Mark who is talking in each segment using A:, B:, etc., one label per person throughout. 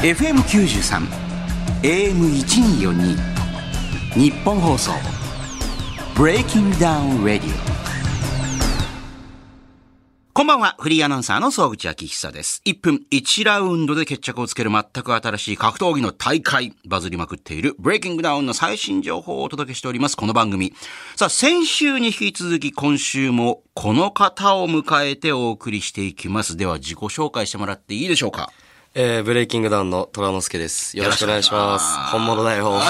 A: FM93 AM1242 日本放送 Breaking Down Radio こんばんは、フリーアナウンサーの総口昭久です。1分1ラウンドで決着をつける全く新しい格闘技の大会、バズりまくっているブレイキングダウンの最新情報をお届けしております、この番組。さあ、先週に引き続き今週もこの方を迎えてお送りしていきます。では自己紹介してもらっていいでしょうか
B: えー、ブレイキングダウンの虎之助です。よろしくお願いします。本物だ よ。
A: ま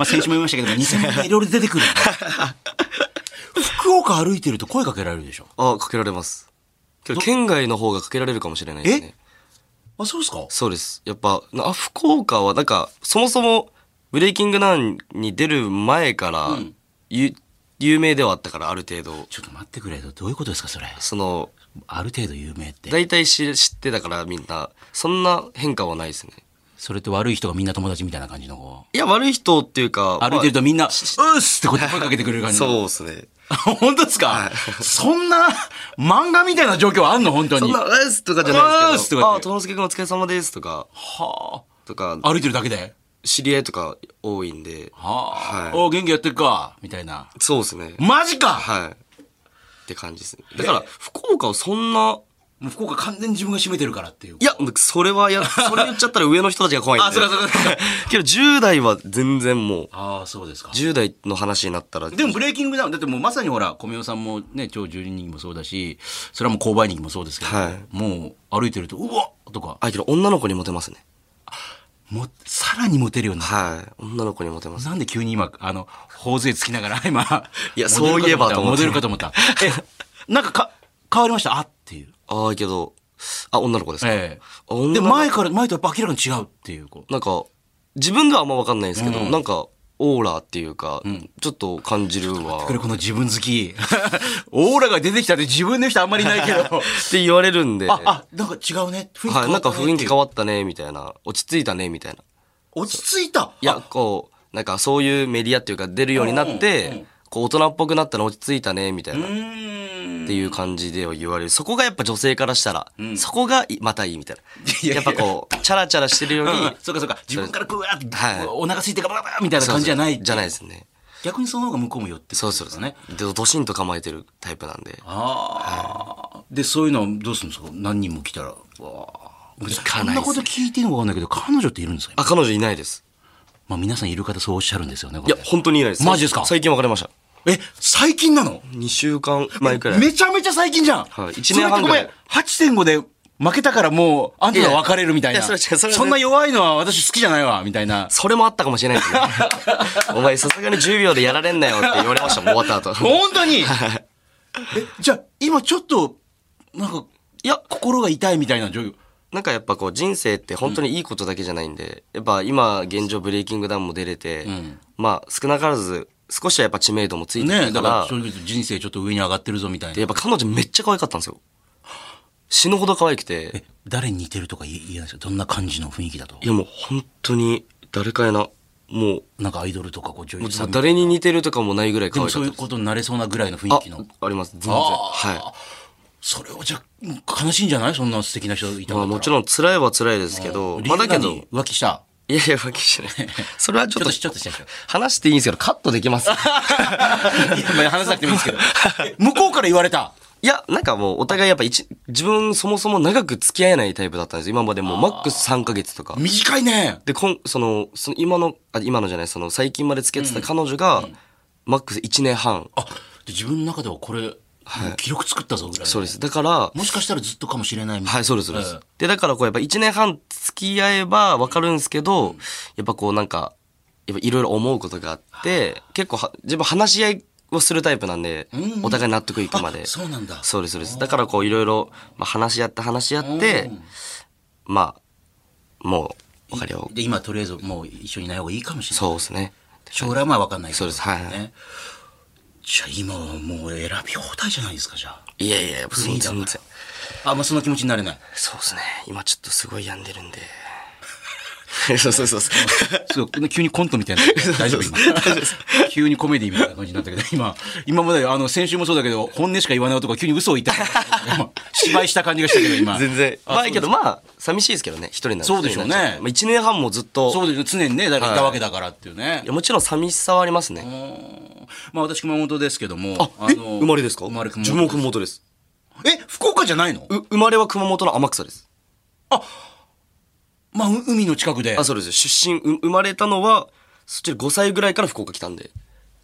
A: あ、先週も言いましたけ ども、偽物がいろいろ出てくるん で。福岡歩いてると声かけられるでしょ。
B: あ、かけられます。けど、県外の方がかけられるかもしれないですね。
A: あ、そうですか
B: そうです。やっぱ、なあ、福岡は、なんか、そもそも、ブレイキングダウンに出る前から、ゆ有名ではあったから、ある程度。
A: ちょっと待ってくれよ。どういうことですか、それ。
B: その、
A: ある程度有名って。
B: 大体知知ってたから、みんな、そんな変化はないですね。
A: それって悪い人がみんな友達みたいな感じのこ
B: いや、悪い人っていうか、
A: う。歩いてる
B: と、
A: とみんな、うっすってこうやって声かけてくれる感じの。
B: そうですね。
A: あ 本当ですか、そんな漫画みたいな状況あんの本当
B: そん
A: に。
B: な、
A: は
B: うっすとかじゃないですけ
A: うっすと
B: ど、
A: か
B: あ、
A: って
B: 虎之助くんお疲れ様ですとか、
A: あ。
B: とか、
A: 歩いてるだけで。
B: 知り合いとか多いんで、
A: はあ。
B: はい
A: お元気やってるかみたいな。
B: そうですね。
A: マジか
B: はい。って感じですね。だから、福岡をそんな、
A: もう福岡完全に自分が占めてるからっていう。
B: いや、それはや、それ言っちゃったら上の人たちが怖いんで。
A: あそりゃそうだ
B: けど、10代は全然もう、
A: ああ、そうですか。
B: 10代の話になったら、
A: でもブレイキングダウン、だってもうまさにほら、小宮さんもね、超十人人もそうだし、それはもう購買人もそうですけど、
B: はい
A: もう歩いてると、うわっとか、
B: あ、けど女の子にモテますね。
A: も、さらにモテるようになる。
B: はい。女の子にモテます。
A: なんで急に今、あの、頬杖つきながら、今、
B: いやそういえばと思
A: モ
B: って
A: デルかと思った。え、なんかか、変わりましたあっていう。
B: ああ、けど、あ、女の子ですか。
A: ええ。
B: あ女
A: で、
B: の子
A: 前から、前とやっぱ明らかに違うっていう、こう。
B: なんか、自分ではあんま分かんないですけど、
A: うん
B: なんか、オーラっていうか、ちょっと感じる わ。
A: これこの自分好き。 オーラが出てきたって自分の人あんまりいないけ ど。
B: って言われるんで、
A: あ、あ、なんか違うね。雰囲気変わったねって
B: はい、なんか雰囲気変
A: わ
B: わったね、みたいな。落ち着いたね、みたいな。
A: 落ち着いた。
B: いや、こう、なんかそういうメディアっていうか出るようになっ
A: うんうんうん
B: て、こう大人っぽくなったら落ち着いたね、みたいな。っ
A: うーん
B: ていう感じでは言われる。そこがやっぱ女性からしたら、そこがいまたいいみたい
A: いや
B: な。やっぱこう、チャラチャラしてるより、
A: うんうん そうかそうか。自分からグワーって、
B: はい
A: お腹空いてガバガバみたいな感じじゃない。
B: じゃないですね。
A: 逆にその方が向こうも寄ってくる
B: そうそ
A: で
B: うですす
A: ね
B: ね。。で、ドシンと構えてるタイプなんで。
A: ああ。で、そういうのはどうするんですか何人も来たら。わあ。
B: か
A: こん
B: な
A: な
B: いです
A: こと聞いていいのかわかんないけど、彼女っているんですか
B: あ、彼女いないです。
A: まあ皆さんいる方そうおっしゃるんですよね。こ
B: い
A: れ
B: や、本当にいないです。
A: マジですか
B: 最近別れました。
A: え、最近なの
B: 2週間前くらい。
A: めちゃめちゃ最近じゃん。
B: はい一年半
A: それってごめん、8.5で負けたからもう、あんたとは別れるみたいな。
B: いやいやそれは違うそれはね
A: んな弱いのは私好きじゃないわ、みたいな。
B: それもあったかもしれないです ね。お前さすがに10秒でやられんなよって言われましたもん、終わった後。
A: 本当にえ、じゃあ、今ちょっと、なんか、いや、心が痛いみたいな状況。
B: なんかやっぱこう人生って本当にいいことだけじゃないんで、やっぱ今現状ブレイキングダウンも出れて、
A: ん
B: まあ少なからず少しはやっぱ知名度もついてき
A: ね
B: た
A: え、
B: か
A: だから
B: ら、、
A: 正直言うと人生ちょっと上に上がってるぞみたい
B: で
A: な。
B: やっぱ彼女めっちゃ可愛かったんですよ。死ぬほど可愛く
A: え
B: て、、
A: 誰に似てるとか言え言えないですよ。どんな感じの雰囲気だと
B: い。やもう本当に誰かやな、も
A: なんかアイドルとかこう女
B: う、も
A: 優
B: う
A: さんで
B: 誰に似てるとかもないぐらい可愛
A: も
B: か
A: そ
B: っ
A: うい
B: た
A: う
B: です。
A: ことになれそうなぐらいの雰囲気の。
B: あ、あります。全然。
A: あー
B: は
A: それをじゃあ、悲しいんじゃないそんな素敵な人い
B: い。
A: たん
B: ま
A: だ
B: あもち
A: ん
B: ろん辛いは辛いですけど、まあだけど、い
A: 浮気 した。
B: やいや浮気 してない。それはちょっと、
A: ちょっとしちょっとしちゃう
B: 話していいんですけど、カットでき ま
A: い
B: す。
A: や、話さなくてもいいですけど。向こうから言われ た。
B: いや、なんかもう、お互いやっぱ一、自分そもそも長く付き合えないタイプだったんですよ。今までもうマックス3ヶ月とか。
A: 短いね。
B: で、こん、その、その今の、あ、今のじゃない、その最近まで付き合ってた彼女が、マックス1年半。
A: あ、で自分の中ではこれ、もう記録作ったぞ、ぐらい。
B: そうです。だから、
A: もしかしたらずっとかもしれないみたいな
B: はい、そうです、そうです。
A: ええ
B: で、だからこうやっぱ1年半付き合えばわかるんですけど、やっぱこうなんか、やっぱいろいろ思うことがあって、結構は、自分話し合いをするタイプなんで、
A: うん
B: お互い納得いくまで。
A: あそうなんだ。
B: そうです、そうです。だからこういろいろ、まあ、話し合って話し合って、まあ、もう、別れよう。
A: で、今とりあえずもう一緒にいない方がいいかもしれない。
B: そうですね。
A: 将来はまあわかんないけど
B: そうですはい
A: ねじゃあ今はもう選び放題じゃないですか、じゃあ。
B: いやいや、別に全
A: フリーだ
B: 然。
A: あんまその気持ちになれない。
B: そうですね。今ちょっとすごい病んでるんで。そうそうそうそう。
A: すごい、急にコントみ たいな。大丈夫今。急にコメディみたいな感じになったけど、今、今まで、あの、先週もそうだけど、本音しか言わない男が急に嘘を言ったりと か。芝居した感じがしたけど、今。
B: 全然。
A: あ
B: まあいいけど、まあ、寂しいですけどね、一人になる
A: そうでしょうね
B: 一人になっちゃまあ、一年半もずっと、
A: そうですよ常にね、誰かいたわけだからっていうね
B: いや。もちろん寂しさはありますね。
A: まあ、私、熊本ですけども。
B: え
A: の
B: 生まれですか
A: 生まれ熊
B: 自分も
A: 本。
B: 熊本です。
A: え、福岡じゃないの
B: う生まれは熊本の天草です。
A: まあ、う海の近くで。
B: あ、そうです。出身、う生まれたのは、そっちで5歳ぐらいから福岡来たんで。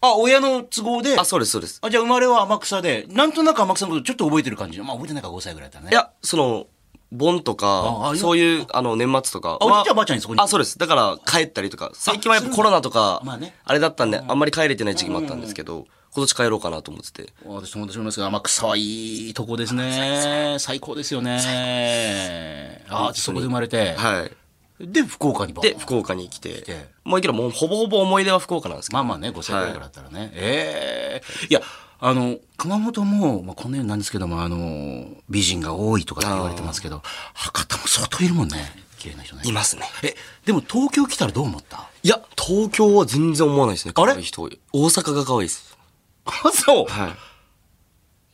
A: あ、親の都合で。
B: あ、そうです、そうです。
A: あ、じゃあ生まれは天草で、なんとなく天草のことちょっと覚えてる感じ。まあ覚えてないから5歳ぐらいだったらね。
B: い、や、その、盆と
A: あ
B: か
A: あ、
B: そういう、あの、年末とかは。
A: あおじいちゃんおばあちゃんにそこに
B: あ、そうです。だから、帰ったりとか、最近はやっぱコロナとか
A: まあね、
B: あれだったんで、あんまり帰れてない時期もあったんですけど、今年帰ろうかなと思ってて。
A: 私友達もいますが、天草はいいとこですね。最高ですよね。あ、そこで生まれて。
B: はい。
A: で、福岡にバーン
B: で、福岡に来て
A: て。
B: もういいけど、もうほぼほぼ思い出は福岡なんですけど。
A: まあまあね、5歳ぐらいからだったらね。ええいや、あの、熊本も、まあ、こんなようになんですけども、あの、美人が多いとかって言われてますけど、博多も相当いるもんね。綺麗な人ね。
B: いますね。
A: え、でも東京来たらどう思った
B: いや、東京は全然思わないですね。
A: あれ
B: 可愛い人多い大阪が可愛いです。
A: あ、そう
B: はい。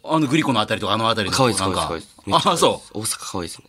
A: あの、グリコのあたりとか、あのあたりの
B: 可愛いです、
A: な
B: 可
A: ん
B: 愛いです
A: か
B: 可愛いです。めっちゃ可
A: あ、
B: 愛いです
A: そう。。
B: 大阪可愛いですね。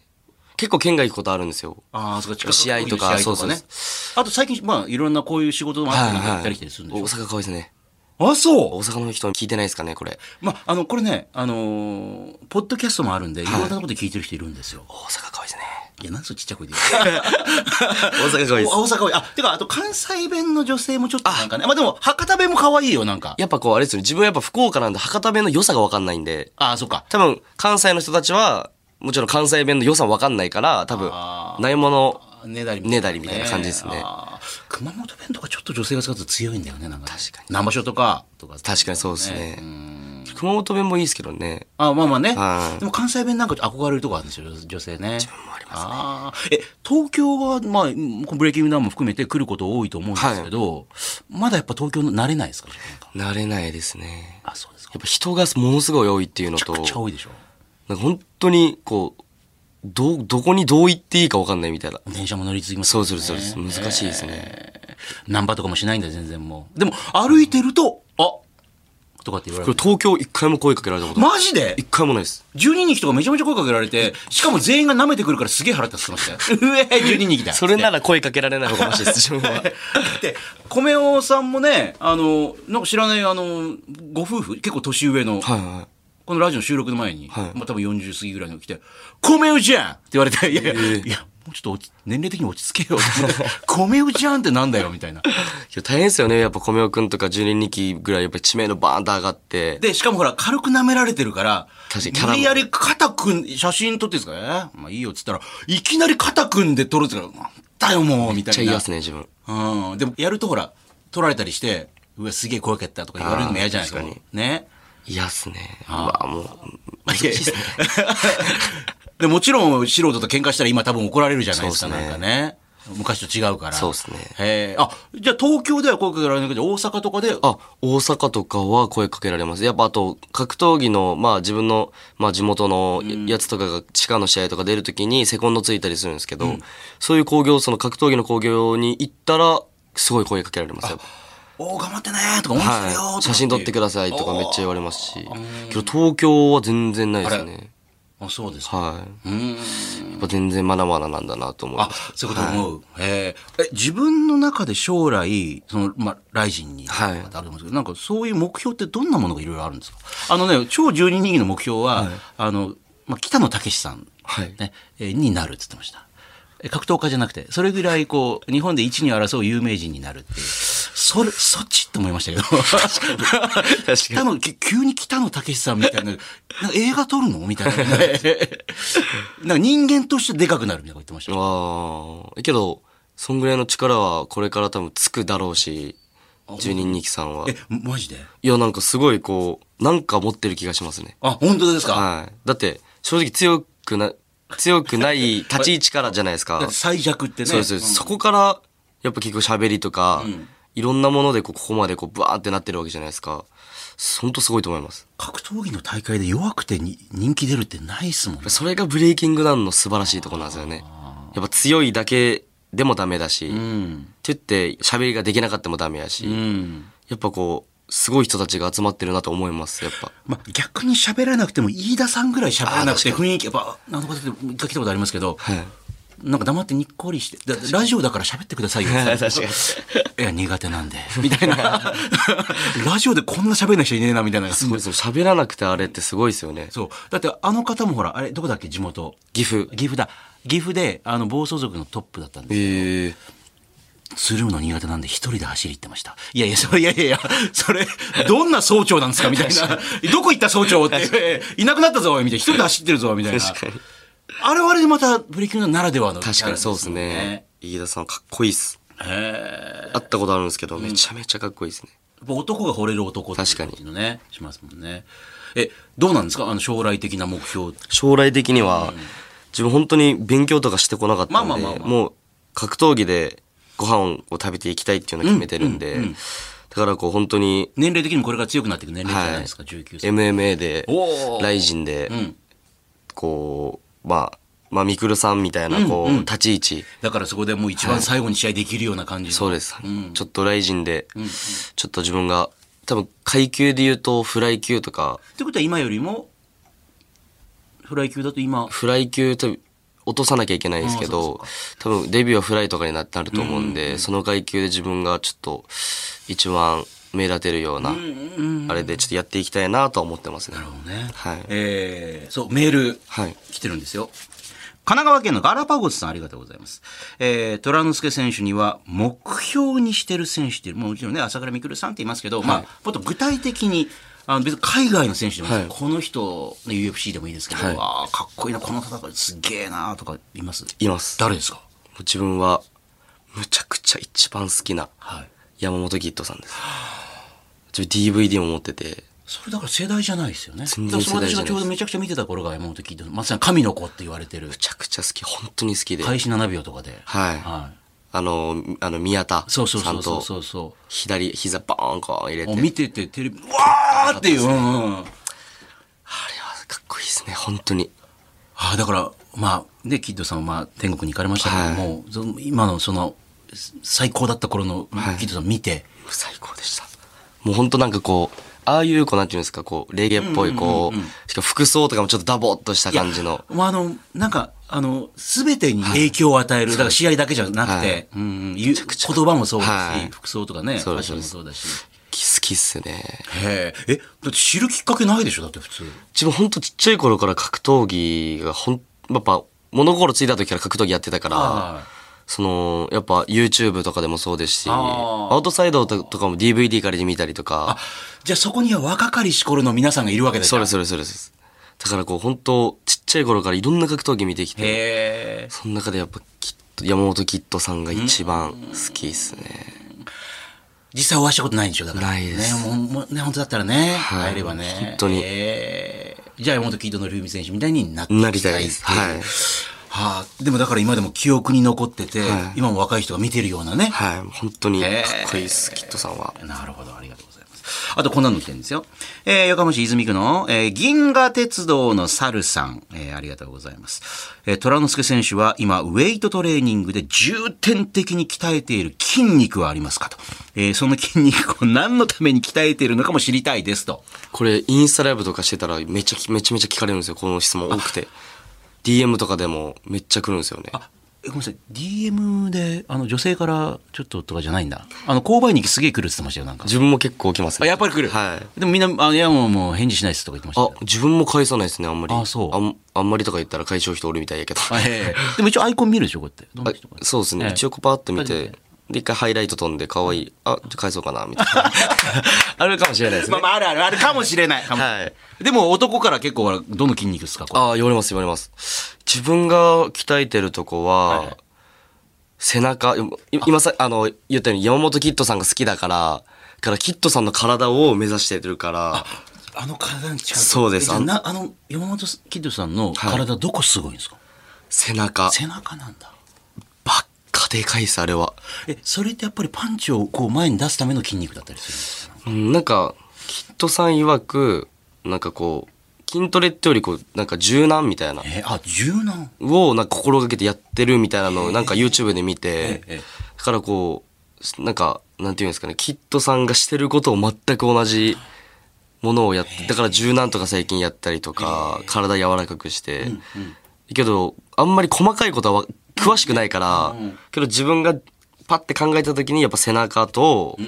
B: 結構県外行くことあるんですよ。
A: ああ、そうか、近く
B: 試合とか
A: 試合
B: そう
A: ね
B: そう。
A: あと最近、まあ、いろんなこういう仕事もあったり、行ったり来たりするんで
B: 大
A: しょ
B: 阪可愛いですね。
A: あ、そ
B: 大阪の人聞いてないですかね、これ。
A: う。まあ、あの、これね、あのー、ポッドキャストもあるんで、いろんなこと聞いてる人いるんです よ。
B: 大阪可愛いですね。
A: いや、なんでそうちっちゃい声で言うの
B: 大阪可愛いです
A: あ。大阪多い。あ、てか、あと関西弁の女性もちょっとなんかね。まあ、でも、博多弁も可愛いよ、なんか。
B: やっぱこう、あれですよね。自分はやっぱ福岡なんで博多弁の良さが分かんないんで、
A: ああ、そうか。
B: 多分関西の人たちは、もちろん関西弁の良さ分かんないから、多分
A: あ、
B: ないもの、
A: ねだり
B: ねだりみたいな感じですね
A: あー熊本弁とかちょっと女性が使うと強いんだよね、なんか、ね。
B: 確かに
A: 生所とか、とか。
B: 確かにそうですね。熊本弁もいいですけどね。
A: あまあまあね
B: は。い
A: でも関西弁なんか憧れるとこあるんですよ、女性ね。自分もありますね。え、東京は、まあ、このブレイキングダウンも含めて来ること多いと思うんですけど、まだやっぱ東京の慣れないですか
B: 慣れないですね。
A: あ、そうですか。
B: やっぱ人がものすごい多いっていうの
A: めち
B: と、
A: ゃ
B: なん
A: くちゃ
B: か
A: 多いでしょ。
B: 本当にこう、ど、どこにどう行っていいか分かんないみたいな。
A: 電車も乗り継ぎます
B: そ
A: よ
B: う
A: ね
B: です、そうです。難しいですね。
A: ナンパとかもしないんだよ、全然もう。でも、歩いてると、あとかって言わ
B: こ
A: れ
B: れ
A: る。
B: 東京一回も声かけられたことない。
A: マジで
B: 一回もないです。
A: 12人とかめちゃめちゃ声かけられて、しかも全員が舐めてくるからすげえ腹立ってましたよ。 うえ、12人来た。
B: それなら声かけられない方がマシ です、自分は。
A: で米尾さんもねあのなんか知らないあのご夫婦結構年上の、
B: はいはい。
A: このラジオの収録の前に、
B: はい
A: まあ、多分40過ぎぐらいの来て「米尾じゃん!」って言われ て「いやいや,、
B: ー
A: いやもうちょっと落ち年齢的に落ち着けよ」 って「米尾じゃん!」ってなんだよみたいな。
B: いや大変ですよね。やっぱ米尾くんとか1人2期ぐらいやっぱ知名度バーンと上がって。
A: でしかもほら軽く舐められてるから
B: 確かにキャラ
A: 無
B: も
A: 理やり肩組ん写真撮っていいですかねまあいいよっつったらいきなり肩組んで撮るって言うから「なんだよもう」み
B: め
A: た
B: っ
A: い
B: ち
A: な。
B: ゃ嫌ですね、自分。
A: うん、でもやるとほら取られたりして「うわすげえ怖かった」とか言われるのも嫌じゃないですか
B: あー確
A: ね
B: 嫌っすね。うわ、もう、難しいっすね。
A: でもちろん素人と喧嘩したら今多分怒られるじゃないですか
B: そうっす
A: な
B: ね
A: んかね昔と違うから
B: そうっすね
A: へえあじゃあ東京では声かけられないけど大阪とかで
B: あ、大阪とかは声かけられます。やっぱあと、格闘技の、まあ自分の、まあ地元のやつとかが地下の試合とか出るときにセコンドついたりするんですけど、そういう工業、その格闘技の工業に行ったら、すごい声かけられますよ。
A: おお頑張ってねーとか面白いよーとか
B: は
A: っ
B: い。
A: て
B: 写真撮ってくださいとかめっちゃ言われますし。けど東京は全然ないですね。
A: あそうですか
B: はい。
A: うーん
B: やっぱ全然まだまだなんだなと思い
A: あ
B: ます。
A: そういうこと思う、へええ自分の中で将来その、まあ、ライジンにとかってあると思うんですけど、なんかそういう目標ってどんなものがいろいろあるんですかあのね超12人の目標は、あのまあ、北野武さん、
B: はい
A: ねえーになるって言ってましたえ格闘家じゃなくてそれぐらいこう日本で一に争う有名人になるっていうそれそっちって思いましたけど
B: 確かに
A: 北野き急に北野武さんみたいななんか映画撮るのみたい ななんか人間としてでかくなるみたいなこと言ってました
B: ああ。けど、そんぐらいの力はこれから多分つくだろうし、十人二期さんは。
A: え、マジで
B: いや、なんかすごいこう、なんか持ってる気がしますね。
A: あ、本当ですか、
B: はい。だって、正直強くな、強くない立ち位置からじゃない ですか。
A: だって最弱ってね。
B: そうです、そうですそこから、やっぱ結構喋りとか、いろんなものでこうここまでこう、バーンってなってるわけじゃないですか。ほんとすごいと思います。
A: 格闘技の大会で弱くてに人気出るってないっすもんね。
B: それがブレイキングダウンの素晴らしいところなんですよね。やっぱ強いだけでもダメだし、って言って喋りができなかったもダメやし、やっぱこうすごい人たちが集まってるなと思いますやっぱ
A: まあ、逆に喋らなくても、飯田さんぐらい喋らなくて、雰囲気、やっぱ、なんとかって、一回来たことありますけど、 なんか黙ってにっこりして、だラジオだから喋ってくださいよ。
B: 確かに
A: いや、苦手なん で、みたいな。 ラジオでこんな喋るない人いねえな、みたいな。
B: すごいですよ喋らなくてあれってすごいですよね
A: そう。だって、あの方もほら、あれ、どこだっけ、地元。
B: 岐阜
A: 岐阜だ。岐阜で、あの、暴走族のトップだったんです。
B: ええ
A: スルーの苦手なんで一人で走り行ってました。いやいや、それ、いやいやいや、それ、どんな総長なんですかみたいな。どこ行った総長って。いなくなったぞ、おいみたいな。一人で走ってるぞ、みたいな。
B: 確かに
A: あれはあれでまた、ブレイキングダウンならではの。
B: 確かにそうですね。飯田さんかっこいいっす
A: へえ。
B: 会ったことあるんですけど、めちゃめちゃかっこいいですね
A: やっぱ男が惚れる男っていう
B: 確かに
A: 感じのね、しますもんね。え、どうなんですかあの、将来的な目標。
B: 将来的には、自分本当に勉強とかしてこなかったんで、
A: まあまあまあまあ
B: もう格闘技でご飯を食べていきたいっていうのを決めてるんで、だからこう本当に、
A: 年齢的にもこれから強くなっていく年齢じゃな
B: はいい、
A: ですか、19歳。
B: MMA で
A: おー、
B: ライジンで、
A: ん
B: こう、まあ、まあ、ミクルさんみたいな、こう、立ち位置、
A: だからそこでもう一番最後に試合できるような感じの。
B: そうです、ちょっとライジンで、ちょっと自分が、多分階級で言うとフライ級とか、
A: ってことは今よりも、フライ級だと今、
B: フライ級と落とさなきゃいけないんですけど、多分デビューはフライとかにななると思うんで、その階級で自分がちょっと一番目立てるような、あれでちょっとやっていきたいなとは思ってますね。
A: なるほどね。
B: はい
A: えーそう、メール、
B: はい
A: 来てるんですよ。神奈川県のガラパゴスさんありがとうございます。えー、虎之助選手には目標にしてる選手っていう、もうもちろんね、朝倉未来さんって言いますけど、まあ、もっと具体的に、あの別に海外の選手でもいいです、
B: は
A: この人、ね、UFC でもいいですけど、
B: はい
A: ああ、かっこいいな、この戦いすげえなーとかいます
B: います。
A: 誰ですか
B: 自分は、むちゃくちゃ一番好きな
A: はい。
B: 山本キッドさんです。自分 DVD も持ってて、
A: それだから世代じゃないですよね。
B: 全
A: だ
B: 然
A: からその
B: 世代
A: 私
B: じゃな
A: が
B: いです
A: ちょうどめちゃくちゃ見てた頃が山本聞いて、まさに神の子って言われてる
B: む。ちゃくちゃ好き、本当に好きで。はい。
A: 開始7秒とかで。はい。
B: あの、あの宮田
A: そうそう
B: さ
A: そ
B: ん
A: うそう
B: と、
A: そうそう。
B: 左、膝バーンこう入れて
A: もう。見ててテレビ、うわーっていう。うんうん
B: あれはかっこいいですね、本当に。
A: ああ、だから、まあ、ね、キッドさんはまあ天国に行かれましたけども、その今のその、す最高だった頃の
B: はい
A: キッドさん見て、
B: 最高でした。もう本当なんかこう、ああいう、こう、なんていうんですか、こう、レゲエっぽい、こう、しかも服装とかもちょっとダボっとした感じの。
A: まあ、あの、なんか、あの、すべてに影響を与える、だから試合だけじゃなくて、
B: はい
A: うんうん言う言葉もそうだし、
B: はい
A: 服装とかね、フ
B: そ
A: ァ
B: う
A: ッ
B: です
A: ションもそうだし。
B: き好きっすね。
A: へえ、え、だって知るきっかけないでしょだって普通。
B: 自分本当ちっちゃい頃から格闘技がほん、やっぱ、物心ついた時から格闘技やってたから、
A: あ
B: その、やっぱ YouTube とかでもそうですし、
A: あー
B: アウトサイドとかも DVD からで見たりとか、
A: じゃあそこには若かりし頃の皆さんがいるわけだ
B: そうです、
A: す。
B: そうです、そうです。だからこう、本当ちっちゃい頃からいろんな格闘技見てきて、
A: へえ。
B: その中でやっぱきっと山本キッドさんが一番好きですね。
A: 実際お会いしたことないんでしょだから。
B: ないです
A: ね、もうもうね、本当だったらね、
B: はい
A: 会えればね。
B: 本当に
A: えーじゃあ、山本キードのルーミ選手みたいになって
B: なりたいです
A: ってう
B: はい
A: はあ、でもだから今でも記憶に残ってて、
B: はい
A: 今も若い人が見てるようなね。
B: はい、本当にかっ
A: へー
B: こいいです、キッドさんは。
A: なるほど、ありがとうございます。あと、こんなの来てるんですよ。えー横浜市泉区の、えー銀河鉄道の猿さん、えーありがとうございます。えー、虎之助選手は今、ウェイトトレーニングで重点的に鍛えている筋肉はありますかと。えーその筋肉を何のために鍛えているのかも知りたいですと。
B: これ、インスタライブとかしてたらめちゃきめちゃめちゃ聞かれるんですよ、この質問多くて。DM とかでもめっちゃ来るんですよね。
A: あ、えごめんなさい。DM で、あの、女性からちょっととかじゃないんだ。あの、購買にすげえ来るって言ってましたよ、なんか。
B: 自分も結構来ます
A: あ、
B: ね。
A: やっぱり来る。
B: はい。
A: でもみんな、あいや、もう、もう返事しないですとか言ってました
B: あ
A: けど。、
B: 自分も返さないですね、あんまり。
A: あそうん
B: あんまりとか言ったら解消人おるみたいやけど。
A: あ、ええでも一応アイコン見るでしょ、こうやって。どんな
B: あ
A: 人か
B: そうです
A: え
B: ね。
A: え
B: 一応こうパーッと見て、で、一回ハイライト飛んで可愛い。あ、じゃあ返そうかな、みたいな。あるかもしれないで す
A: ま
B: ね
A: あ。まあ、あるある、あるかもしれない。かも
B: はい
A: でも男から結構、どの筋肉ですかこれ
B: ああ、言われます、言われます。自分が鍛えてるとこは、
A: はい
B: 背中、い今さ、あの、言ったように山本キッドさんが好きだから、からキッドさんの体を目指してるから、
A: あの体に違う。
B: そうです
A: えじゃあなあの、山本キッドさんの体どこすごいんですか、
B: 背中、
A: 背中なんだ。
B: ばっかでかいっす、あれは。
A: え、それってやっぱりパンチをこう前に出すための筋肉だったりするんですか
B: うんなんか、キッドさん曰く、なんかこう、筋トレってよりこう、なんか柔軟みたいな、
A: えーあ、柔軟。
B: をなんか心がけてやってるみたいなのをなんか YouTube で見て、
A: ええ
B: だからこう、なんか、なんていうんですかね、キッドさんがしてることを全く同じものをやって、だから柔軟とか最近やったりとか、体柔らかくして、けど、あんまり細かいことはわ詳しくないから、けど自分がパッて考えた時にやっぱ背中と、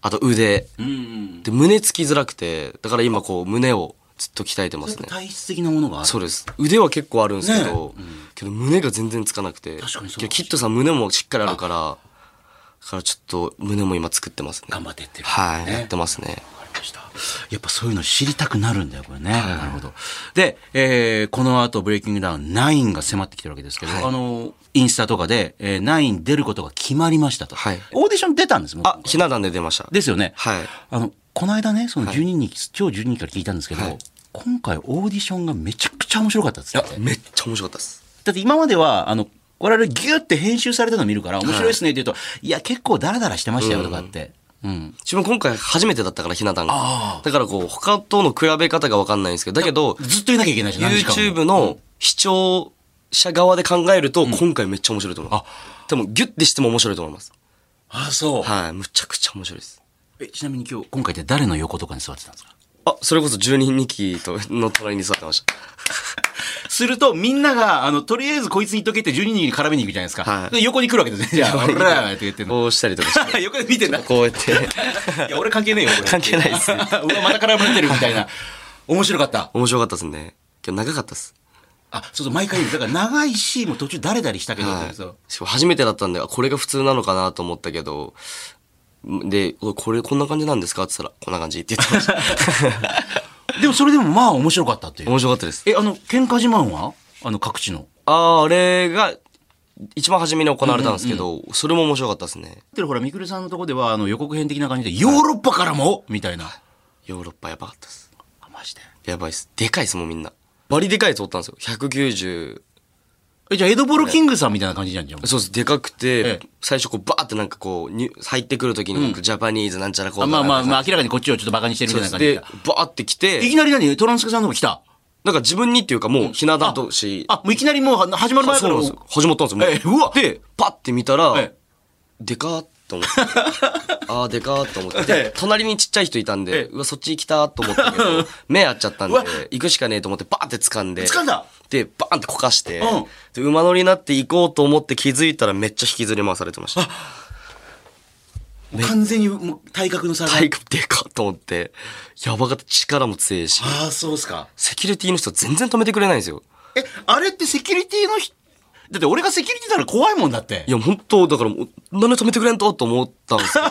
B: あと腕、
A: うん。
B: で胸つきづらくて、だから今こう胸をずっと鍛えてますね。
A: 体質的なものがある。
B: そうです。腕は結構あるんですけ
A: ねえ
B: ど、けど胸が全然つかなくて。
A: 確かにそう
B: けどキットさん胸もしっかりあるから、だからちょっと胸も今作ってますね。
A: 頑張ってってる。
B: はい、
A: ね
B: やってますね。
A: わかりました。やっぱそういうの知りたくなるんだよ、これね。なるほど。で、えーこの後、ブレイキングダウン9が迫ってきてるわけですけど、あの、インスタとかで、えー、9出ることが決まりましたと。
B: はい
A: オーディション出たんですもん。
B: あ、ひな壇で出ました。
A: ですよね。
B: はい。
A: あの、この間ね、その12人、超12人から聞いたんですけど、
B: はい
A: 今回オーディションがめちゃくちゃ面白かったっつって。
B: めっちゃ面白かったです。
A: だって今までは、あの、我々ギュって編集されたの見るから、面白いですねって言うと、い、や、結構ダラダラしてましたよとかって。うん。
B: 自分今回初めてだったから、ひな壇
A: あ
B: が。だからこう、他との比べ方がわかんないんですけど、だけど、
A: ずっといなきゃいけないし、何時間も
B: YouTube の視聴者側で考えると、今回めっちゃ面白いと思います。多分、ギュッてしても面白いと思います。
A: あ、そう。
B: はい。むちゃくちゃ面白いです。
A: えちなみに今日、今回って誰の横とかに座ってたんですか
B: あ、それこそ12人2期との隣に座ってました。
A: すると、みんなが、あの、とりあえずこいつにっとけって12人に絡めに行くじゃないですか。
B: はい
A: で横に来るわけですね。じゃあ、俺らって言ってんの。
B: こうしたりとかし て。
A: 横で見てんだ。
B: こうやって。
A: いや、俺関係ねえよ、これ
B: 関係ないっす
A: うわ、また絡まれてるみたいな。面白かった。
B: 面白かったですね。今日長かったです。
A: あ、そうそう、毎回言う。だから長いし、もう途中誰々したけど、
B: はい
A: そう。
B: しかも初めてだったんで、あこれが普通なのかなと思ったけど、で、おいこれこんな感じなんですかって言ったら、こんな感じって言ってま した。
A: でもそれでもまあ面白かったっていう。
B: 面白かったです。
A: え、あの、喧嘩自慢はあの、各地の。
B: あーあれが、一番初めに行われたんですけど、それも面白かったですね。
A: で、ほら、みくるさんのとこでは、あの、予告編的な感じで、ヨーロッパからもみたいな。
B: ヨーロッパやばかったです。
A: あ、マジで。
B: やばいです。でかいです、もうみんな。バリでかいやつおったんですよ。190。
A: え、じゃあ、エドボロキングさんみたいな感じじゃん、じゃん。
B: そうです、でかくて、
A: ええ
B: 最初こうバーってなんかこう、に入ってくるときになんかジャパニーズなんちゃらこう
A: あ
B: とか
A: まあまあま
B: なんか
A: あ、明らかにこっちをちょっとバカにしてるみ
B: そう
A: たい
B: で
A: な感
B: す
A: じ
B: で、
A: で
B: バ。ーって来て、
A: いきなり何トランスケさんの方来た。
B: なんか自分にっていうかもうひな壇とし、
A: あ、もういきなりもうは始まる前か
B: そう
A: ら
B: なん
A: も
B: ですよ。始まったんですよ。
A: ええうわ
B: で、パッて見たら、
A: ええ
B: でかーっと思って。 あーでかーっと思って。
A: ええ
B: で、隣にちっちゃい人いたんで、
A: ええ
B: うわ、そっち行きたーと思った けど、目合っちゃったんで
A: うわ、
B: 行くしかねえと思って、バーって掴んで。
A: 掴んだ
B: で、バーンってこかして、
A: うん
B: で、馬乗りになって行こうと思って気づいたらめっちゃ引きずり回されてました。
A: う完全にもう体格の差が。
B: 体育でかっと思って、やばかった。力も強いし。
A: ああ、そうっすか。
B: セキュリティの人全然止めてくれないんですよ。
A: え、あれってセキュリティの人、だって俺がセキュリティなら怖いもんだって
B: い。や、本当だからもう、なんで止めてくれんとと思ったんですけ ど。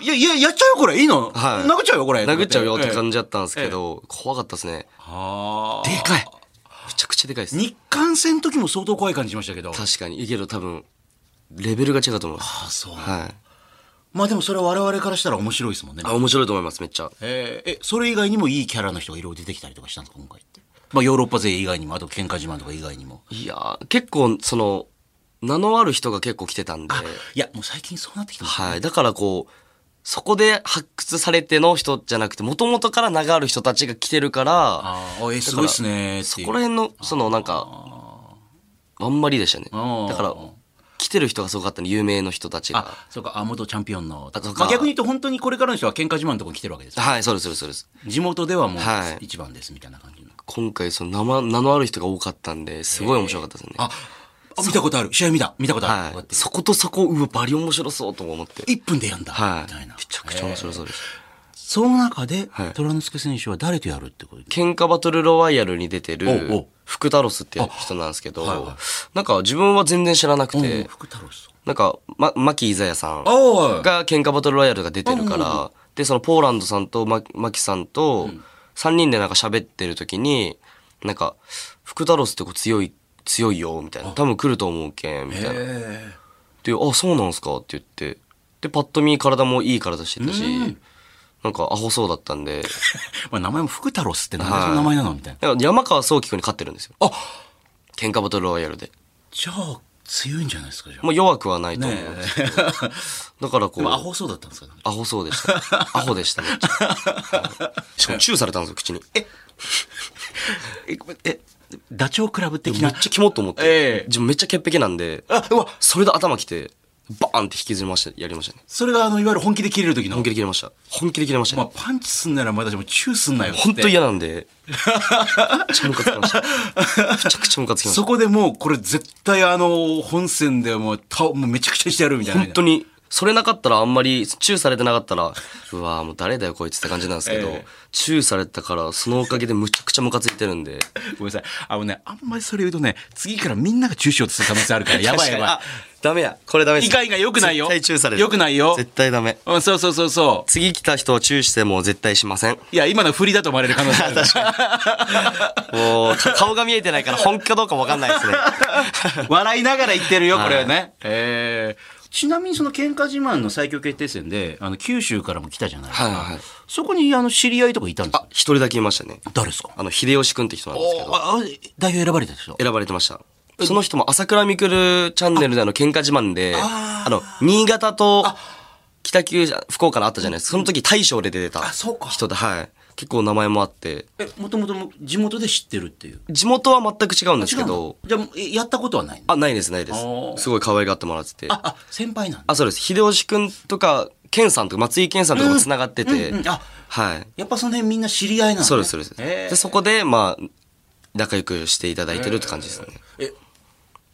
A: いや、いや、やっちゃうよ、これ。いいの、
B: はい
A: 殴っちゃうよ、これ。
B: 殴っちゃうよって
A: じ。
B: 感じだったんですけど、怖かったですね。
A: はあ
B: でかいめちゃくちゃでかいです。
A: 日韓戦の時も相当怖い感じしましたけど。
B: 確かに。いいけど多分、レベルが違うと思います。
A: あ、そう。
B: はい。
A: まあでもそれは我々からしたら面白いですもんね。
B: あ、面白いと思います、めっちゃ。
A: えーえ、それ以外にもいいキャラの人がいろいろ出てきたりとかしたんですか、今回って。まあヨーロッパ勢以外にも、あと喧嘩自慢とか以外にも。
B: いやー、結構、その、名のある人が結構来てたんで、
A: いや、もう最近そうなってきてます。
B: はい。だからこう、そこで発掘されての人じゃなくて、もともとから名がある人たちが来てるから、
A: ああ、えーすごいっすねーっていう。
B: そこら辺の、そのなんか、あんまりでしたね。
A: あー
B: だから、来てる人がすごかったね、有名の人たちが。
A: あ、そうか、あ、元チャンピオンの。
B: とか
A: まあ、逆に言うと本当にこれからの人は喧嘩自慢のとこに来てるわけですよ。
B: はい、そうです、そうです、そうです。
A: 地元ではもう
B: はい
A: 一番ですみたいな感じの。
B: 今回その名前名のある人が多かったんですごい面白かったですね。
A: あ、あ見たことある。試合見た。見たことある。こう
B: は
A: やって
B: い。そことそこ、うわ、バリ面白そうと思って。
A: 1分でやんだ。
B: はい。
A: みたいな
B: め。ちゃくちゃ面白そうです。
A: その中で、
B: はい
A: 虎之助選手は誰とやるってこと
B: 喧嘩バトルロワイヤルに出て
A: おうおう
B: る、福太郎スって人なんですけど、
A: あはいはい
B: なんか自分は全然知らなく
A: うん
B: て、
A: 福太郎さん。
B: なんか、ま、牧伊ザヤさん
A: おう
B: が喧嘩バトルロワイヤルが出てるから、で、そのポーランドさんとマ牧さんと、3人でなんか喋ってる時に、なんか、福太郎スってこう強い、強いよ、みたいな。多分来ると思うけん、みたいな。
A: え
B: で「あそうなんすか」って言ってでパッと見体もいい体してたし、なんかアホそうだったんで
A: えまあ名前も福太郎スってなんで
B: はい
A: その名前なのみたいな。
B: なんか山川壮輝君に勝ってるんですよ
A: あ
B: 喧嘩バトルロワイヤルで
A: じゃあ、強いんじゃないですか、じゃあ。
B: もう弱くはないと思う、
A: ね
B: だからこ
A: で
B: う
A: もアホそうだったんですか
B: ア ホそうでしたアホでしためっちゃしかもチューされたんですよ口に
A: えええ、ダチョウ倶楽部的
B: めっ
A: な。
B: ちゃキモっと思って、
A: ええ
B: 自分めっちゃ潔癖なんで
A: あ、うわ、
B: それで頭きてバーンって引きずりましたやりましたね
A: それがあの、いわゆる本気で切れる時の
B: 本気。で切れました本気で切れました
A: まあ、
B: ね、
A: パンチすんならまだしもチューすんなよって。
B: 本当嫌なん でめっちゃムカつきましためちゃくちゃムカつきまし
A: そこでもう、これ絶対あの、本線でもう、たもうめちゃくちゃしてやるみたい
B: た
A: な。
B: 本当にそれなかったらあんまりチューされてなかったらうわーもう誰だよこいつって感じなんですけど、
A: ええ
B: チューされたからそのおかげでむちゃくちゃムカついてるんで
A: ごめんなさい。あのね、あんまりそれ言うとね、次からみんなが中止しようとする可能性ある から、やばいやば
B: あダメやこれダメ
A: い。
B: です
A: 以外が良くないよ。
B: 絶対チューされる
A: 良くないよ。
B: 絶対ダメ
A: うん、そうそうそうそう。
B: 次来た人はチューしても絶対しま せん
A: いや、今の振りだと思われる可能 性ある。
B: もうか顔が見えてないから本気かどうか分かんな いですね
A: 笑いながら言ってるよ、これはね。
B: は
A: えーちなみにその喧嘩自慢の最強決定戦で、あの、九州からも来たじゃないですか。
B: はいはいはい
A: そこに、あの、知り合いとかいたんです
B: あ
A: か
B: 一人だけいましたね
A: 誰ですか
B: あの秀吉くんって人なんですけど
A: ああ代表選ばれたでしょ
B: 選ばれてましたその人も朝倉未来チャンネルであの喧嘩自慢であの新潟と北九州福岡のあったじゃないですかその時大将で出てた
A: あそうか
B: 人ではい結構名前もあって
A: え、もともとも地元で知ってるっていう。
B: 地元は全く違うんですけど
A: 違うのじゃあ、えやったことはないの
B: あないですないです
A: おー
B: すごい可愛がってもらってて
A: あ、あ、先輩なんだ。
B: あ、そうです。秀吉くんとか、健さんとか、松井健さんとかも繋がってて、
A: うんうんあ
B: はい。
A: やっぱその辺みんな知り合いなの、ね、
B: そうです、そうです。
A: えー
B: で、そこで、まあ、仲良くしていただいてるって感じですね。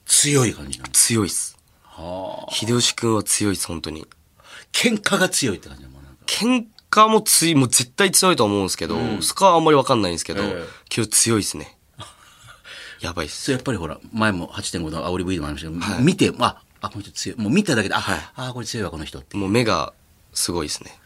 A: 強い感じなの
B: 強いっす。
A: はあ。
B: 秀吉くんは強いっす、本当に。
A: 喧嘩が強いって感じなのなんか
B: 喧嘩もつい、もう絶対強いと思うんですけど、そこはあんまりわかんないんですけど、
A: ええ
B: 今日強いっ すね。やばいっす。
A: そう、やっぱりほら、前も8.5の煽り V でもありましたけど、見て、あ、あ、この人強い。もう見ただけで、あ、あーこれ強いわ、この人って。
B: もう目が、すごいっすね。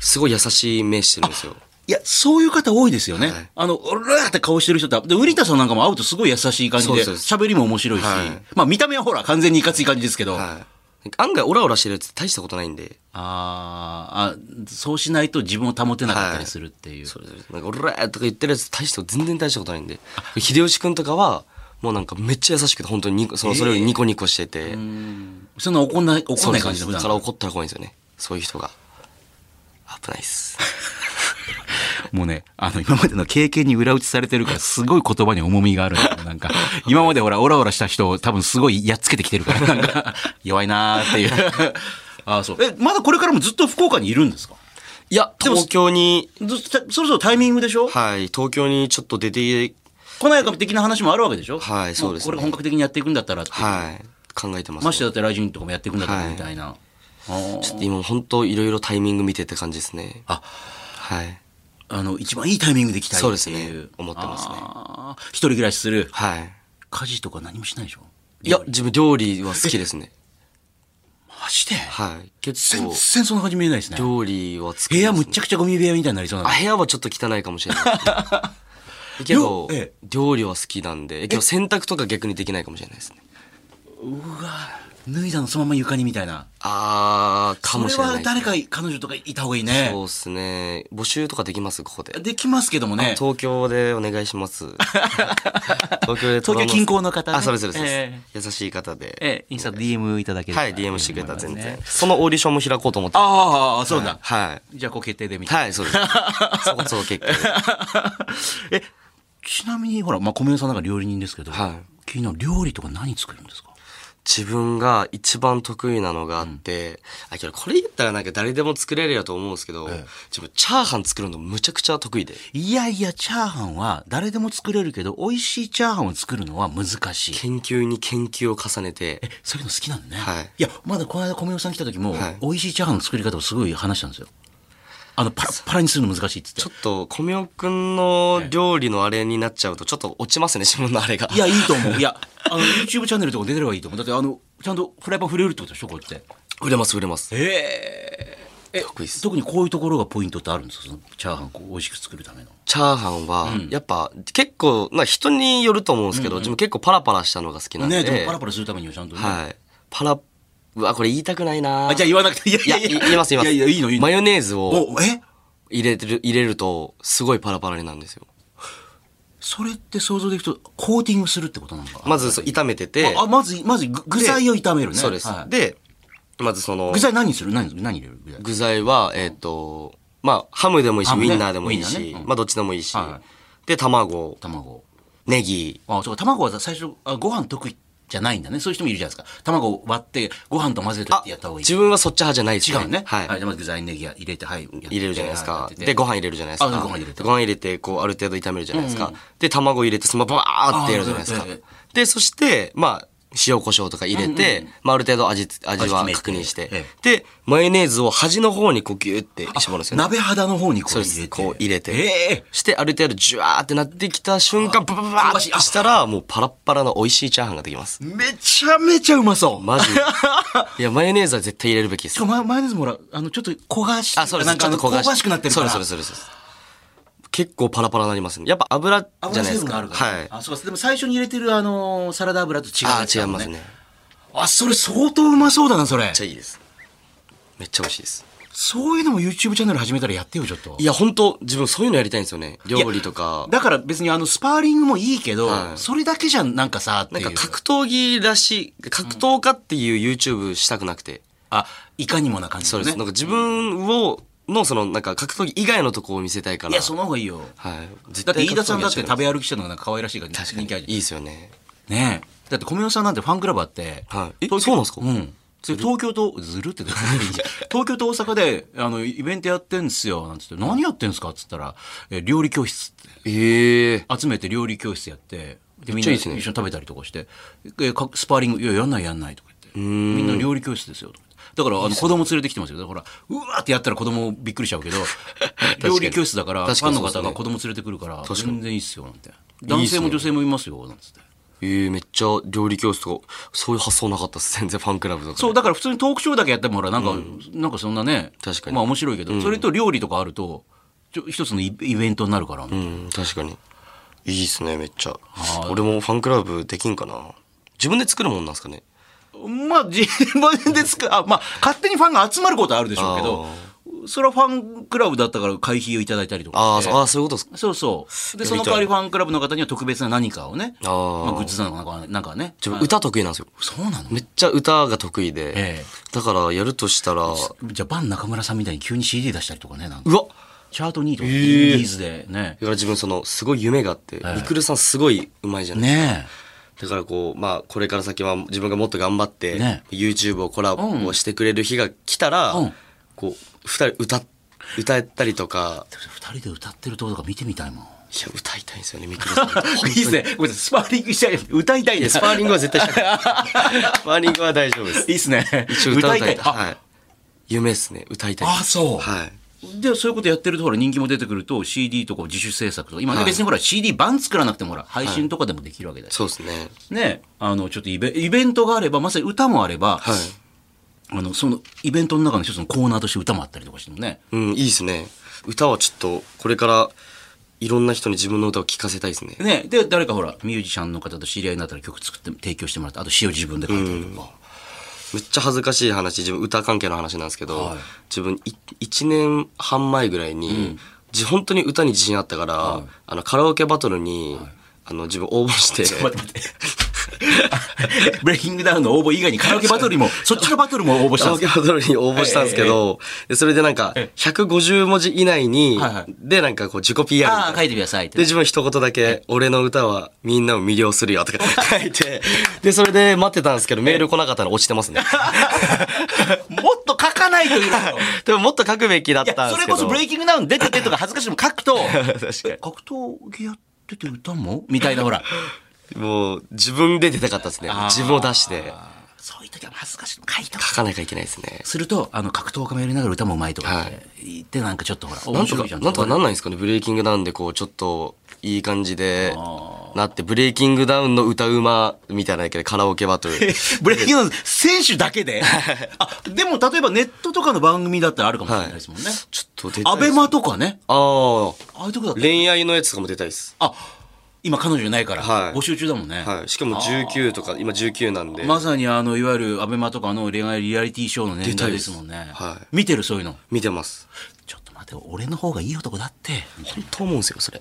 B: すごい優しい目してるんですよ。
A: いや、そういう方多いですよね。
B: はい
A: あの、うらーって顔してる人って、で、ウリタさんなんかも会うとすごい優しい感じ
B: そう
A: で、
B: ですそうです
A: 喋りも面白いし、
B: はい
A: まあ見た目はほら、完全にいかつい感じですけど、
B: はい。案外、オラオラしてるやつ大したことないんで、
A: あーあ、そうしないと自分を保てなかったりするっていう。
B: それぞれなんか、俺らとか言ってるやつ大した、全然大したことないんで。秀吉くんとかは、もうなんかめっちゃ優しくて、本当にニコその、それよりニコニコしてて。
A: そんな怒んない、怒
B: そ
A: んな
B: うで
A: い
B: す
A: 感じの普段
B: だ
A: か
B: か
A: らら。
B: 怒ったら怖いんですよね。そういう人が。危ないっす。
A: もうね、あの、今までの経験に裏打ちされてるから、すごい言葉に重みがあ るんだよなんか、今までほら、オラオラした人を多分すごいやっつけてきてるから、な んか、弱いなーっていう。ああ、そう。え、まだこれからもずっと福岡 にいるんですか
B: いや、
A: でも
B: 東京に、
A: ずそろそろタイミングでしょ
B: はい、東京にちょっと出て、
A: 来ないか的な話もあるわけでしょ
B: はいそうです
A: も
B: ね
A: これが本格的にやっていくんだったらっていう
B: はい、考えてます、
A: まして
B: ね。
A: だって来人とかもやっていくんだったら
B: はい
A: みたいな。あ
B: ちょっと今本当いろいろタイミング見てって感じですね。
A: あ
B: はい。
A: ああの、一番いいタイミングで来たいっていう。
B: そうですね思ってますね
A: ね。一人暮らしする。
B: はい。
A: 家事とか何もしないでしょ
B: いや、自分料理は好きですね。
A: マジで
B: はい。結
A: 全
B: 構
A: 然、そんな感じ見えないですね。
B: 料理は作
A: 部
B: りま
A: 屋
B: すね
A: むっちゃくちゃゴミ部屋みたいになりそうな
B: あ
A: の。
B: 部屋はちょっと汚いかもしれな いけど、
A: りょええ
B: 料理は好きなんでえけど洗濯とか逆にできないかもしれないですね
A: 脱いだのそのまま床にみたいな。
B: あーか
A: そ
B: も
A: れ
B: しれない
A: は誰か彼女とかいた方がいいね
B: そう。っすね募集とかできますここで
A: できますけどもね。
B: 東京でお願いします 東京で
A: 東京近郊の方ね
B: あそうですそうです、
A: え
B: 優しい方で、
A: ええ、インスタ DM いただければ
B: はい DM してくれたら全然、
A: ね
B: そのオーディションも開こうと思って
A: ああ、そうだ。
B: はい
A: じゃあ、こう決定でみたい
B: はいそうです そこそこ結構
A: な。え、ちなみに、ほら、まあ、小宮さんなんか料理人ですけど、
B: はい
A: 気になる料理とか何作るんですか
B: 自分が一番得意なのがあって、あけどこれ言ったらなんか誰でも作れるやと思うんですけど、自分チャーハン作るのむちゃくちゃ得意で
A: いやいや、チャーハンは誰でも作れるけど、美味しいチャーハンを作るのは難しい。
B: 研究に研究を重ねて
A: そういうの好きなんだね。
B: はい
A: や、まだこの間小宮さん来た時も、
B: はい
A: 美味しいチャーハンの作り方をすごい話したんですよ。あの、パラッパラにするの難しいっつって
B: ちょ。っと米尾くんの料理のあれになっちゃうとちょっと落ちますね自分のあれが
A: いや、いいと思う。いや、あの、YouTube チャンネルとか出てればいいと思う。だって、あの、ちゃんとフライパン触れるってことでしょ、こうやって。
B: 売れます売れます
A: ええ
B: 得意っす
A: 特にこういうところがポイントってあるんですかそのチャーハンこう美味しく作るための。
B: チャーハンはやっぱ結構な人によると思うんですけど、自分結構パラパラしたのが好きなんで
A: ねでもパラパラするためにはちゃんとね。
B: はいパラうわこれ言いたくないな
A: あ、じゃあ言わなくて、いや
B: いやい言います言います
A: いやいや、いいの、いいの。
B: マヨネーズを
A: お、え
B: 入れてる、入れると、すごいパラパラになるんですよ。
A: それって想像できると、コーティングするってことなのか。
B: まず、そう炒めてて、
A: あ、あまず、まず、具具材を炒めるね。
B: そうです。
A: はい
B: で、まずその
A: 具、材何にする何何入れる具材
B: 具材は、えっ、と、まあ、ハムでもいいし、
A: ハ
B: ウ
A: ムね
B: インナーでもいい
A: ウイン
B: し、
A: ナーねうん
B: まあ、どっちでもいいし、
A: は
B: で、卵、
A: 卵。
B: ネギ、
A: あ、そうか、卵は最初、あご飯得意じゃないんだね。そういう人もいるじゃないですか。卵を割って、ご飯と混ぜてやった方がいい。
B: 自分はそっち派じゃないです
A: 違うね。
B: はい。
A: じゃあまず具材ネギ入れて、はい。入
B: 入れるじゃないですか。で、
A: で、
B: ご飯入れるじゃないですか。
A: あご飯入れて
B: こう、ある程度炒めるじゃないですか。で、卵入れて、そのままバーってやるじゃないです
A: あ
B: か
A: そうそう。
B: で、そして、まあ、塩コショウとか入れて、まあ、ある程度味つ、味は
A: 味
B: 確
A: 決めて
B: 認して、
A: え
B: で、マヨネーズを端の方にこうギューって絞るんですよね。
A: 鍋肌の方にこう
B: そうで
A: 入れて。
B: す。こう入れて。
A: ええ
B: して、ある程度ジュワーってなってきた瞬間、ブブブブ
A: 香
B: ー
A: ば
B: っ
A: しい
B: てしたら、もうパラッパラの美味しいチャーハンができます。
A: めちゃめちゃうまそう。
B: マジでいや、マヨネーズは絶対入れるべきです
A: しか。もマヨマヨネーズもほら、あの、ちょっと焦がし、
B: あ、そうです。
A: なんかあの
B: ちょっと
A: 焦がしくなってるから。
B: そうです、そうです、そうです。結構パラパラになりますね。やっぱ油じゃな
A: 油
B: いで
A: 成
B: す
A: 分
B: か。
A: があるから。
B: はい。
A: あ、そうです。でも最初に入れてるあのーサラダ油と違う
B: あ
A: や
B: あ、
A: つ
B: 違
A: だ
B: い
A: もん
B: ますね。めっ
A: あ、それ相当うまそうだな、それ
B: ち。ゃいいです。めっちゃ美味しいです。
A: そういうのも YouTube チャンネル始めたらやってよ、ちょっと。
B: いや、本当自分そういうのやりたいんですよね。料理とか。
A: だから別にあの、スパーリングもいいけど、
B: はい
A: それだけじゃなんかさ、って
B: ないん
A: う。
B: か格闘技らしい、格闘家っていう YouTube したくなくて。
A: あ、いかにもな感じ
B: そう
A: の
B: です。
A: ね
B: なん。か自分を、のその、なんか格闘技以外のとこを見せたいから。
A: いや、その方がいいよ。
B: はい。絶
A: だって飯田さんだって食
B: べ、
A: べ歩きしてるのがなんか可愛らしいから
B: 確か
A: 人
B: に
A: 気ある
B: いいですよね。
A: じゃん。ねえ。だって小宮さんなんてファンクラブあって、
B: はい。え、そうなんですか
A: うん。それ東京と、ずるってどういうこと 東京と大阪で、あの、イベントやってんすよ、なんつって、何やってんすかっつったら、えー料理教室って、
B: ええ
A: 集めて料理教室やって、で、みん
B: っち
A: な
B: ゃいい
A: 一
B: っす
A: 緒
B: ね
A: に食べたりとかして、えーかスパーリング、いや、やんないやんないとか言って、
B: ん
A: みんな料理教室ですよ、とか言って。だから、あの、子供連れてきてますよ。だから、うわーってやったら子供びっくりしちゃうけど、
B: に
A: 料理教室だから、フ
B: 確
A: ァン
B: かに
A: の
B: そうです
A: 方
B: ね
A: が子供連れてくるから、
B: かに
A: 全然いいっすよ、なんて。男性も女性もいますよ、なんつって。
B: ええめっちゃ料理教室とか、そういう発想なかったです。全然ファンクラブとか。
A: そう、だから普通にトークショーだけやってもほら、なんか、なんかそんなね、
B: 確かに
A: まあ面白いけど、それと料理とかあると、ちょ一つのイイベントになるから、
B: うん、確かに。いいっすね、めっちゃ。俺もファンクラブできんかな。自分で作るもんなんですかね。
A: まあ自分で作る、あ、まあ勝手にファンが集まることはあるでしょうけど、それはファンクラブだったから会費をいただいたりとか
B: あー、
A: して
B: そうあー、そういうことですか。
A: そうそう。で、
B: やりたい
A: その代わりファンクラブの方には特別な何かをね、
B: あー
A: まあグッズなのかななんかね。
B: 自分歌得意なんですよ。
A: そうなの
B: めっちゃ歌が得意で。
A: え
B: だから、やるとしたら、
A: じゃあ、バン中村さんみたいに急に CD 出したりとかね、なんか
B: うわ
A: チャート2位とか、インディーズでね
B: だ。から自分その、すごい夢があって、みくるさんすごい上手いじゃない
A: ねえ。
B: だからこう、まあ、これから先は自分がもっと頑張って、
A: ね
B: YouTube をコラボしてくれる日が来たら、
A: うん
B: こう、二人歌っ、歌ったりとか、
A: 二人で歌ってるところとか見てみたいもん。
B: いや、歌いたいんですよね、みくるさんと。
A: いいですね。ごめんなさい。スパーリングしたい。歌いたい
B: い
A: で
B: や
A: す。
B: スパーリングは絶対 しない。スパーリングは大丈夫です。
A: いいですね。
B: 一応歌いたい。
A: あ、
B: はい。夢ですね、歌いたい。
A: あそう
B: はい。
A: で、そういうことやってると、ほら、人気も出てくると、CD とか自主制作とか、今ね、
B: はい
A: 別にほら、CD 版作らなくても、ほら、配信とかでもできるわけだし。
B: そうですね。
A: ね、あの、ちょっとイベイベントがあれば、まさに歌もあれば、
B: はい。
A: あの、その、イベントの中の一つのコーナーとして歌もあったりとかしてもね。
B: うん、いいですね。歌はちょっと、これから、いろんな人に自分の歌を聴かせたいですね。
A: ね、で、誰かほら、ミュージシャンの方と知り合いになったら曲作って、提供してもらって、あと詩を自分で書いたりとか。
B: めっちゃ恥ずかしい話、自分歌関係の話なんですけど、
A: はい
B: 自分い1年半前ぐらいに、じ本当に歌に自信あったから、あのカラオケバトルに、あの自分応募 して、
A: 待って待って。ブレイキングダウンの応募以外にカラオケバトルにも、そっちのバトルも応募し
B: カ
A: たん
B: ラオ
A: です
B: ケバトルに応募したんですけど、でそれでなんか、150文字以内に、
A: はいはい
B: でなんかこう自己 PR み
A: あ
B: たいな
A: あー、書いてくださいって
B: で、。自分一言だけ、俺の歌はみんなを魅了するよとか書いて、で、それで待ってたんですけど、メール来なかったら落ちてますね。
A: もっと書かないというか。
B: でももっと書くべきだっ
A: いや、
B: たん
A: それ
B: ですけ
A: こ
B: ど。
A: そブレイキングダウン出ててとか恥ずかしいのも書 くと、
B: 確かに
A: 格闘技やってて歌もみたいな、ほら。
B: もう、自分で出たかったですね。自分を出して、
A: そういう時は恥ずかしいの書いとく
B: 書かなきゃいけないですね。
A: すると、あの、格闘家もやりながら歌もうまいとかっ
B: は
A: て言って、なんかちょっとほら、
B: な
A: 面
B: んと
A: 白い
B: か、
A: じゃ。
B: なんんとかなんないんですかねブレイキングダウンでこう、ちょっと、いい感じで、なって、ブレイキングダウンの歌うま、みたいなだけでカラオケバトル。
A: ブレイキングダウン選手だけ であ、でも例えばネットとかの番組だったらあるかもしれないですもんね。
B: ちょっと出たい
A: ア
B: です。
A: ベマとかね。
B: ああ。
A: ああいうとこだったら
B: 恋愛のやつとかも出たいです。
A: あ、今彼女いないから、
B: はい
A: 募集中だもんね。
B: はい。しかも19とか、今19なんで。
A: まさにあの、いわゆるアベマとかの恋愛リアリティショーの年代ですもんね。
B: はい
A: 見てるそういうの。
B: 見てます。
A: ちょっと待てよ、俺の方がいい男だって。
B: 本当思うんですよ、そ れ。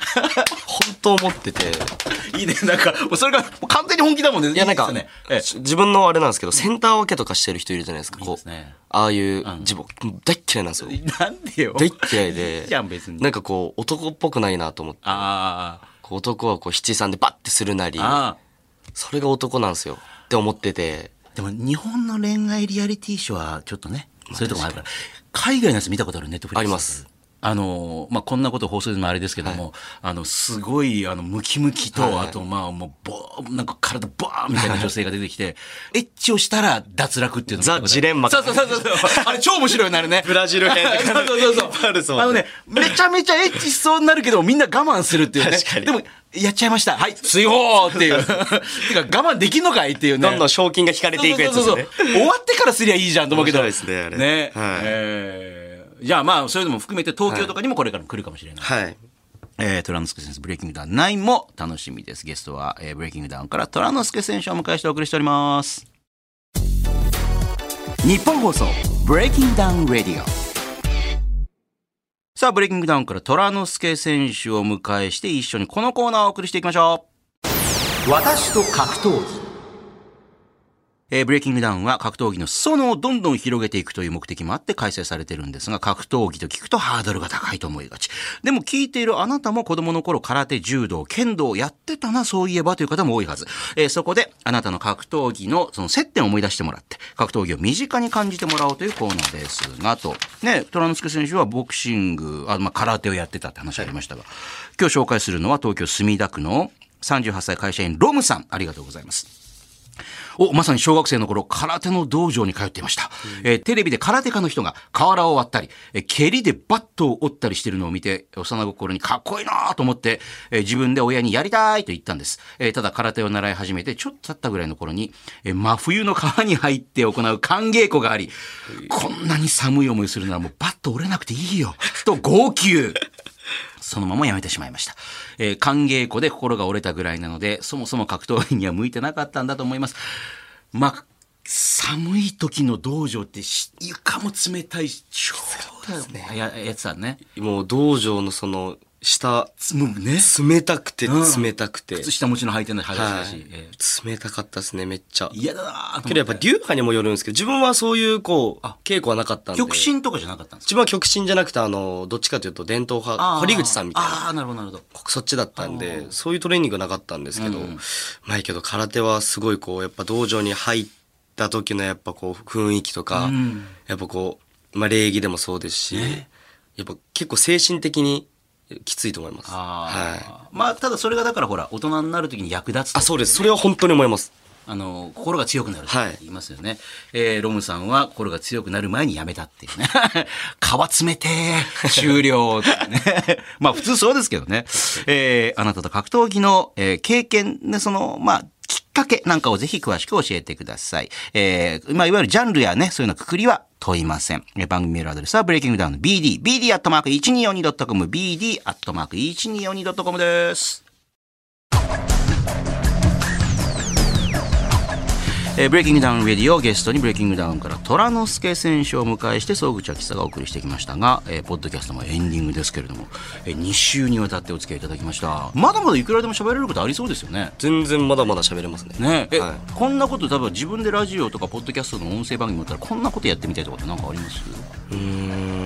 B: 本当思ってて。
A: いいね、なんか、もうそれがもう完全に本気だもんね。
B: いや、なんか
A: いいですねえ、
B: 自分のあれなんですけど、センター分けとかしてる人いるじゃないですか、
A: いい
B: こ
A: です
B: う
A: ね。
B: ああいう、自分、大っ嫌いなんですよ。
A: えなんでよ。
B: 大っ嫌い
A: い
B: で
A: いじゃん、別に。
B: なんかこう、男っぽくないなと思って。
A: ああ。
B: こう男はこう七三でバッてするなり、
A: ああ。
B: それが男なんですよって思ってて、
A: でも日本の恋愛リアリティショーはちょっとね、そういうとこもあるから。海外のやつ見たことあるネットフリックス。
B: あります。
A: あの、まあ、こんなこと放送でもあれですけども、あの、すごい、あの、ムキムキと、
B: はいはい
A: あと、まあ、もう、ぼー、なんか体ぼーみたいな女性が出てきて、エッチをしたら脱落っていうの
B: ザジレンマ
A: そうそうそうそう。あれ超面白いよね、あれ ね。
B: ブラジル編とか
A: そうそうそう
B: いっぱいあるそう
A: あのね、めちゃめちゃエッチしそうになるけど、みんな我慢するっていうね。
B: 確かに
A: でも、やっちゃいました。はい、水泡って いう。てか、我慢できんのかいっていうね。
B: どんどん賞金が引かれていくやつです
A: そうそう
B: ね。
A: そうそう終わってからすりゃいいじゃんと思うけど。
B: 面白いですねあれはい
A: えーじゃあまあ、そういうのも含めて東京とかにもこれからも来るかもしれない。
B: はい。
A: えー、トラノスケ選手、ブレイキングダウン9も楽しみです。ゲストは、えーブレイキングダウンからトラノスケ選手をお迎えしてお送りしております。日本放送、ブレイキングダウンレディオ。さあ、ブレイキングダウンからトラノスケ選手をお迎えして一緒にこのコーナーをお送りしていきましょう。
C: 私と格闘技
A: えーブレイキングダウンは格闘技の裾野をどんどん広げていくという目的もあって開催されてるんですが、格闘技と聞くとハードルが高いと思いがち。でも聞いているあなたも子供の頃空手、柔道、剣道をやってたな、そういえばという方も多いはず。えーそこであなたの格闘技のその接点を思い出してもらって、格闘技を身近に感じてもらおうというコーナーですが、と。ね、虎之助選手はボクシング、あまあ、空手をやってたって話ありましたが、今日紹介するのは東京墨田区の38歳会社員ロムさん、ありがとうございます。をまさに小学生の頃空手の道場に通っていました、えーテレビで空手家の人が瓦を割ったり、えー蹴りでバットを折ったりしてるのを見て幼心にかっこいいなと思って、えー自分で親にやりたいと言ったんです、えーただ空手を習い始めてちょっと経ったぐらいの頃に、えー真冬の川に入って行う寒稽古がありこんなに寒い思いするならもうバット折れなくていいよと号泣そのまま辞めてしまいました。えー、歓迎子で心が折れたぐらいなので、そもそも格闘技には向いてなかったんだと思います。まあ、寒い時の道場ってし床も冷たいし、超だよね。ややつだね。
B: もう道場のその、下、
A: つもうね。
B: 冷たくて冷たくて。
A: 靴下もちろん履いてない裸足
B: は
A: だし。え
B: い。冷たかったですね、めっちゃ。
A: ー嫌だなぁと思って
B: けどやっぱ流派にもよるんですけど、自分はそういう、こう、稽古はなかったんで。
A: 極真とかじゃなかったんですか
B: 自分は極真じゃなくて、あの、どっちかというと伝統派、堀口さんみたいな。
A: あーあー、なるほど、なるほど。
B: そっちだったんで、そういうトレーニングなかったんですけど、まあいいけど空手はすごいこう、やっぱ道場に入った時のやっぱこう、雰囲気とか、やっぱこう、まあ礼儀でもそうですし、やっぱ結構精神的にきついと思います。はい。
A: あーまあ、ただそれがだからほら、大人になる時に役立つと
B: あ、そうです。それは本当に思います。
A: あの、心が強くなるって
B: はい
A: 言いますよね。えーロムさんは心が強くなる前に辞めたっていうね。 皮冷てー終了ってね。 まあ普通そうですけどね。えーあなたと格闘技の、えー経験ね、その、まあ、きっかけなんかをぜひ詳しく教えてください。えーまあ、いわゆるジャンルやね、そういうのくくりは問いません。えー番組メールアドレスはブレイキングダウンの BD、bd.1242.com、bd.1242.com です。えーブレイキングダウンレディオゲストにブレイキングダウンから虎之助選手をお迎えして総口秋さがお送りしてきましたが、えーポッドキャストもエンディングですけれども、え2週にわたってお付き合いいただきましたまだまだいくらでも喋れることありそうですよね
B: 全然まだまだ喋れますね。
A: ねえ、
B: はい
A: こんなこと多分自分でラジオとかポッドキャストの音声番組持ったらこんなことやってみたいとかってなんかあります
B: うーん。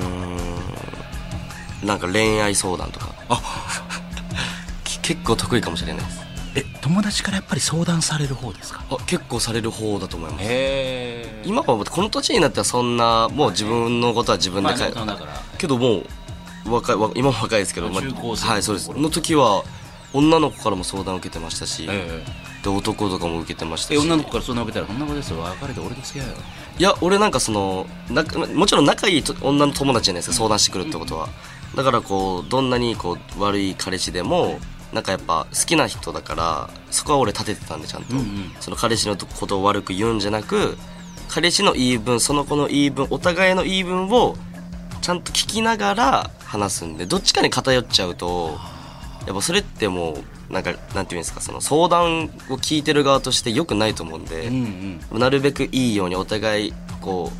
B: なんか恋愛相談とか。 き結構得意かもしれないです。
A: え友達からやっぱり相談される方ですか
B: あ、結構される方だと思います。
A: へえ
B: 今はこの年になってはそんなもう自分のことは自分で変え、
A: まあ大人だから
B: けどもう若いわ今も若いですけど、まあ
A: 中高生の頃
B: はいそうですの時は女の子からも相談を受けてましたし、
A: え
B: で男とかも受けてました
A: え
B: し
A: 女の子からそんなわけたら「こんなことですよ別れて俺と付き合えよ
B: いや俺なんかそのなもちろん仲いいと女の友達じゃないですか相談してくるってことは、だからこうどんなにこう悪い彼氏でもなんかやっぱ好きな人だからそこは俺立ててたんでちゃんと、
A: んうん
B: その彼氏のことを悪く言うんじゃなく彼氏の言い分その子の言い分お互いの言い分をちゃんと聞きながら話すんでどっちかに偏っちゃうとやっぱそれってもうなんかなんていうんですかその相談を聞いてる側として良くないと思うんで。」
A: ん
B: なるべくいいようにお互いこ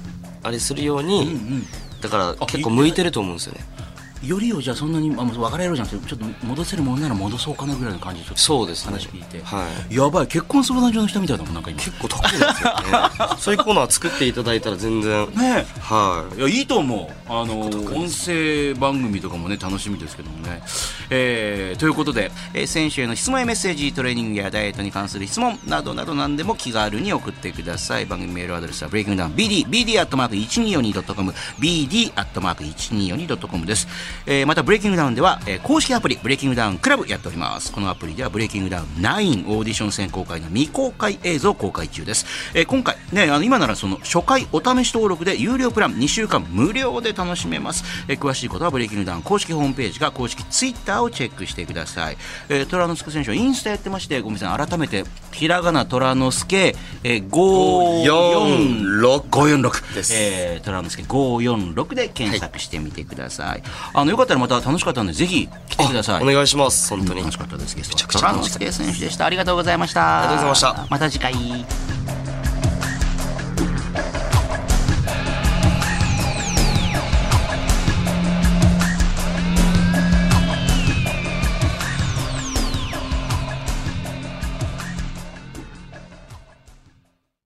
B: うあれするように、
A: うんうん
B: だから結構向いてると思うんですよね
A: よりをじゃあそんなに、まあ、別れろじゃなくてちょっと戻せるもんなら戻そうかなぐらいの感じでちょっと
B: そうですね
A: 話聞いて、
B: は
A: やばい結婚相談所の人みたいだもんなんか今
B: 結構高いですよねそういうコーナー作っていただいたら全然
A: ね
B: はい
A: やいいと思うあの音声番組とかもね楽しみですけどもね、えーということで、えー選手への質問やメッセージトレーニングやダイエットに関する質問などなど何でも気軽に送ってください番組メールアドレスはブレイキングダウン BD BD アットマーク 1242.com BD アットマーク 1242.com です、えーまたブレイキングダウンでは、えー公式アプリブレイキングダウンクラブやっておりますこのアプリではブレイキングダウン9オーディション選考会の未公開映像を公開中です、えー今回ねあの今ならその初回お試し登録で有料プラン2週間無料で楽しめます、えー詳しいことはブレイキングダウン公式ホームページか公式ツイッターをチェックしてください、えー、虎之助選手はインスタやってましてごめんなさい改めてひらがな虎之助、えー、546 546
B: です
A: えー、虎之助546で検索してみてください、あのよかったらまた楽しかったんでぜひ来てください
B: お願いします本当に
A: 楽しかったですゲスト
B: めちゃ
A: は
B: くちゃ
A: 虎
B: 楽
A: 之
B: しかった
A: 助選手でしたありがとうございました
B: ありがとうございました
A: また次回